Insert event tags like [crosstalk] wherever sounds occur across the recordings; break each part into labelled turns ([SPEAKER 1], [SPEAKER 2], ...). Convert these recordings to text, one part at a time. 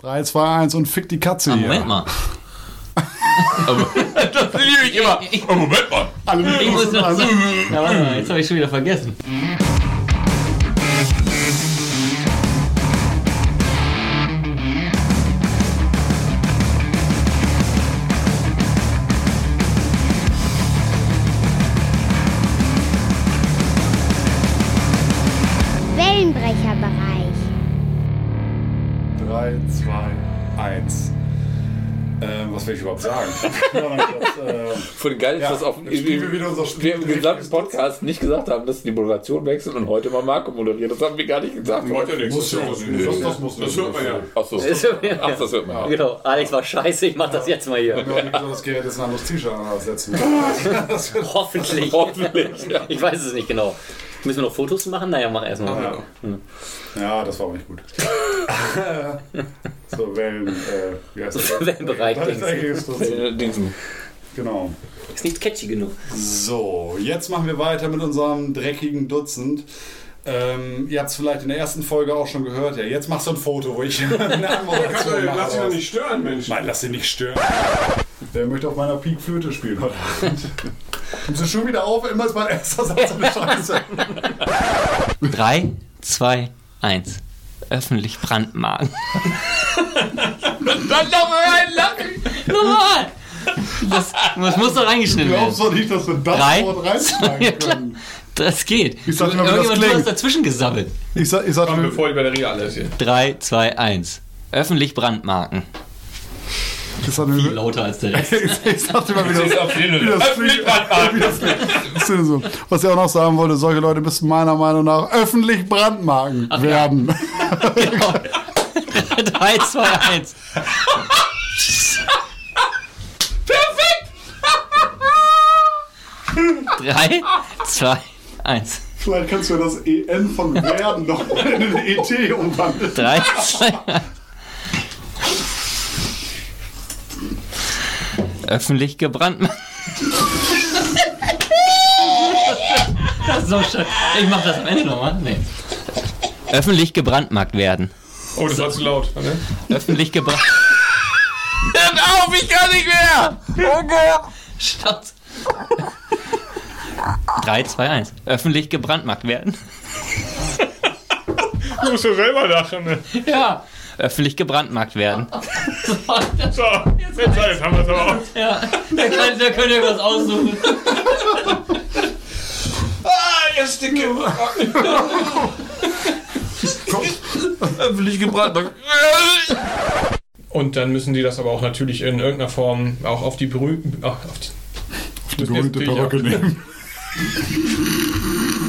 [SPEAKER 1] 3, 2, 1 und fick die Katze
[SPEAKER 2] Ah,
[SPEAKER 1] hier.
[SPEAKER 2] Moment
[SPEAKER 3] [laughs]
[SPEAKER 2] mal.
[SPEAKER 3] Das liebe ich immer. Oh, Moment mal.
[SPEAKER 1] Alle
[SPEAKER 2] Ich muss noch
[SPEAKER 1] also,
[SPEAKER 2] so. Ja, warte mal, jetzt habe ich schon wieder vergessen.
[SPEAKER 4] Wellenbrecherbereich.
[SPEAKER 1] 3, 2, 1. Ähm, was will ich überhaupt sagen? äh,
[SPEAKER 3] Von geil ist,
[SPEAKER 1] Ja,
[SPEAKER 3] was auf
[SPEAKER 1] dann spielen wir wieder unser Spiel
[SPEAKER 3] wir im
[SPEAKER 1] direkt
[SPEAKER 3] gesamten
[SPEAKER 1] als
[SPEAKER 3] Podcast nicht gesagt haben, dass die Moderation wechseln und heute mal Marco moderiert. Das haben wir gar nicht gesagt.
[SPEAKER 5] Macht ja nichts.
[SPEAKER 1] Muss ja auch nicht. Das- das muss
[SPEAKER 5] Das
[SPEAKER 1] nicht.
[SPEAKER 5] hört man ja.
[SPEAKER 3] Ach so.
[SPEAKER 2] Ist so, ja.
[SPEAKER 3] Ach, das hört man. ja.
[SPEAKER 2] Genau, Alex war scheiße, ich mach das jetzt mal hier.
[SPEAKER 1] das Gerät ist ein anderes T-Shirt ansetzen. Das wird-
[SPEAKER 2] Hoffentlich.
[SPEAKER 3] Hoffentlich. Ja.
[SPEAKER 2] Ich weiß es nicht genau. Müssen wir noch Fotos machen? Naja, mach erstmal.
[SPEAKER 1] ja. ja, das war auch nicht gut. so, Wellen, äh, wie heißt das?
[SPEAKER 2] Wellenbereich, Dings.
[SPEAKER 1] Wellenbereich.
[SPEAKER 3] Äh, Dingsen.
[SPEAKER 1] Genau.
[SPEAKER 2] Ist nicht catchy genug.
[SPEAKER 1] So, jetzt machen wir weiter mit unserem dreckigen Dutzend. Ähm, ihr habt es vielleicht in der ersten Folge auch schon gehört. Ja, jetzt machst du ein Foto, wo ich [laughs] eine
[SPEAKER 5] Kannst du,
[SPEAKER 1] Anmoderation mache.
[SPEAKER 5] lass dich doch nicht stören, Mensch.
[SPEAKER 1] Nein, lass dich nicht stören. Wer möchte auf meiner Peak-Flöte spielen heute Abend? Nimmst du schon wieder auf? Immer ist mein erster Satz eine Scheiße.
[SPEAKER 2] 3, 2, 1. Öffentlich brandmarken.
[SPEAKER 3] Dann doch mal ein Lachen.
[SPEAKER 2] Normal! Das, das muss doch reingeschnitten
[SPEAKER 1] Glaubst
[SPEAKER 2] werden.
[SPEAKER 1] du nicht, dass wir das
[SPEAKER 2] Drei.
[SPEAKER 1] Wort reinschneiden
[SPEAKER 2] klar.
[SPEAKER 1] können?
[SPEAKER 2] Das geht.
[SPEAKER 1] Ich sag dir mal, wie das
[SPEAKER 2] Irgendjemand hat
[SPEAKER 1] klingt.
[SPEAKER 2] was dazwischen gesammelt.
[SPEAKER 1] Ich sag, ich sag
[SPEAKER 5] Komm, bevor die Batterie alle ist hier.
[SPEAKER 2] 3, 2, 1. Öffentlich brandmarken.
[SPEAKER 1] ich sag, ich
[SPEAKER 2] Viel
[SPEAKER 1] sag,
[SPEAKER 2] lauter als
[SPEAKER 1] [laughs]
[SPEAKER 2] der Rest.
[SPEAKER 1] ich sag dir mal, wie das, wie das
[SPEAKER 5] Öffentlich [laughs]
[SPEAKER 1] Wie das klingt. So. Was ich auch noch sagen wollte, solche Leute müssen meiner Meinung nach öffentlich Brandmarken werden.
[SPEAKER 2] [laughs] 3, 2, 1. Perfekt! 3, 2, 1.
[SPEAKER 1] Vielleicht kannst du das EN von werden noch in den ET umwandeln.
[SPEAKER 2] 3, 2, 1. Öffentlich gebrannt. Das ist so schön. Ich mach das am Ende nochmal. Nee. Öffentlich gebrandmarkt werden.
[SPEAKER 5] Oh, das war zu laut. Ne?
[SPEAKER 2] Öffentlich gebrandmarkt.
[SPEAKER 3] Hört auf, ich kann nicht mehr.
[SPEAKER 2] Statt. 3, 2, 1. Öffentlich gebrandmarkt werden.
[SPEAKER 5] Du musst ja selber lachen. Ne?
[SPEAKER 2] Ja. Öffentlich gebrandmarkt werden.
[SPEAKER 5] So, jetzt, jetzt haben wir es aber auch.
[SPEAKER 2] Ja, da könnt, da könnt ihr was aussuchen.
[SPEAKER 5] Ah, ihr Stinke.
[SPEAKER 3] Öffentlich gebrannt.
[SPEAKER 5] Und dann müssen die das aber auch natürlich in irgendeiner Form auch auf die berühmten. Auf die, müssen jetzt
[SPEAKER 1] Berühmte
[SPEAKER 5] natürlich
[SPEAKER 1] Perücke nehmen.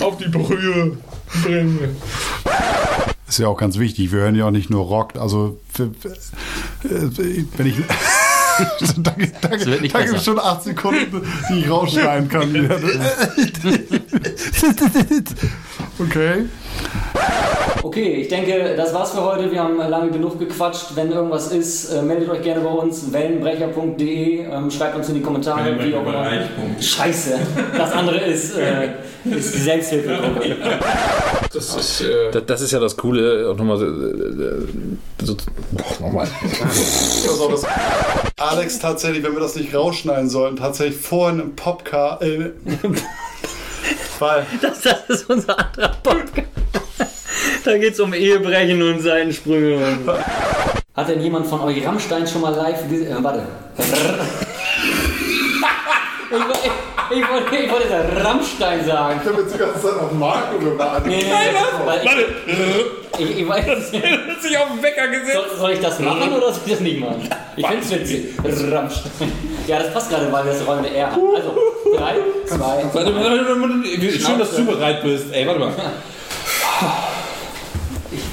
[SPEAKER 5] auch auf die Brühe bringen.
[SPEAKER 1] Ist ja auch ganz wichtig. Wir hören ja auch nicht nur Rock. Also, für- für- äh, wenn ich. [laughs] danke, danke,
[SPEAKER 2] wird nicht
[SPEAKER 1] danke
[SPEAKER 2] besser.
[SPEAKER 1] schon acht Sekunden, die ich rausschneiden kann.
[SPEAKER 2] [laughs]
[SPEAKER 1] [laughs] okay.
[SPEAKER 6] Okay, ich denke, das war's für heute. Wir haben lange genug gequatscht. Wenn irgendwas ist, äh, meldet euch gerne bei uns. Wellenbrecher.de. Ähm, schreibt uns in die Kommentare, wie auch immer. Scheiße, das andere ist, äh, ist die Selbsthilfegruppe.
[SPEAKER 5] Das ist. Äh,
[SPEAKER 3] Das, das ist ja das Coole. Und nochmal. äh, äh, So, boah, nochmal.
[SPEAKER 1] Pass auf, das- Alex tatsächlich, wenn wir das nicht rausschneiden sollten, tatsächlich vorhin im Popcar. Äh, [laughs] weil
[SPEAKER 2] Das, [laughs] das ist unser anderer Podcast. Da geht's um Ehebrechen und Seitensprünge.
[SPEAKER 6] Hat denn jemand von euch Rammstein schon mal live gesehen? Äh, warte. Ich, wollte- ich, wollte- ich wollte jetzt Rammstein sagen.
[SPEAKER 1] ich habe jetzt die ganze Zeit auf Marco gewartet.
[SPEAKER 6] Nee, nee, weil ich, ich, ich weiß nicht.
[SPEAKER 5] hat sich auf den Wecker gesetzt.
[SPEAKER 6] Soll, soll ich das machen oder soll ich das nicht machen? Ich finde es witzig. Rammstein. Ja, das passt gerade, weil wir das räumende R haben. Also, drei, zwei.
[SPEAKER 3] Warte, warte, warte, warte. Schön, dass du bereit bist. Ey, warte mal.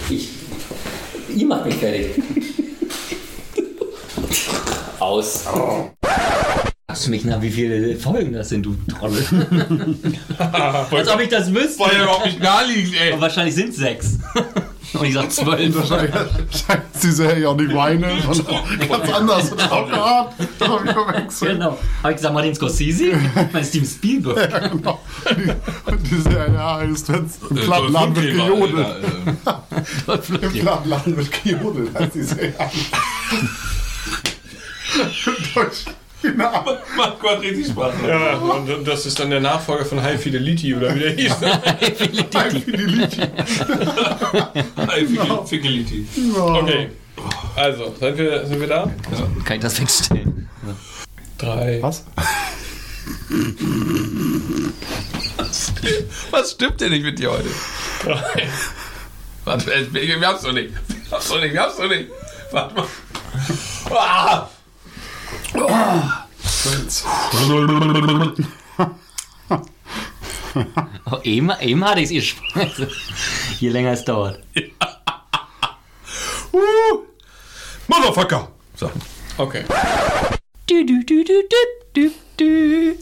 [SPEAKER 6] Ich, ich, ihr macht mich fertig. Aus.
[SPEAKER 2] Hast du mich nach wie viele Folgen das sind, du Trolle? Als ob ich das wüsste.
[SPEAKER 3] War ja überhaupt nicht naheliegend, ey.
[SPEAKER 2] Aber wahrscheinlich sind sechs. Und ich sag zwölf.
[SPEAKER 1] Scheint die Serie auch nicht
[SPEAKER 2] [laughs]
[SPEAKER 1] weine, sondern auch ganz anders. Und auch gehabt. Da hab ich verwechselt.
[SPEAKER 2] Genau. Habe ich gesagt, Martin Scorsese? Ich meine, Steven Spielberg.
[SPEAKER 1] Ja,
[SPEAKER 5] Äh,
[SPEAKER 1] genau. Die, und die Serie heißt, wenn es im platten Land wird gejodelt.
[SPEAKER 3] Alter.
[SPEAKER 1] Im Flammenladen wird gejodelt, heißt die Serie. Deutsch. Genau.
[SPEAKER 5] Macht Gott richtig Spaß.
[SPEAKER 7] Ja, und das ist dann der Nachfolger von High Fidelity oder wie der hieß.
[SPEAKER 6] [laughs]
[SPEAKER 5] [laughs]
[SPEAKER 1] Infinity.
[SPEAKER 5] Genau. Fickeliti.
[SPEAKER 7] Okay. Also, sind wir, sind wir da?
[SPEAKER 6] Kann ich das wegstellen?
[SPEAKER 7] Drei.
[SPEAKER 1] Was?
[SPEAKER 5] Was stimmt denn nicht mit dir heute?
[SPEAKER 7] Drei.
[SPEAKER 5] Warte, äh, wir wir haben's doch nicht. Wir haben's doch nicht, wir haben's doch nicht. Warte mal. Ah!
[SPEAKER 6] Oh, eben, eben hatte ich es ihr Je länger es dauert.
[SPEAKER 5] Uh. Motherfucker! So.
[SPEAKER 7] Okay.
[SPEAKER 6] Du, du, du, du, du, du, du.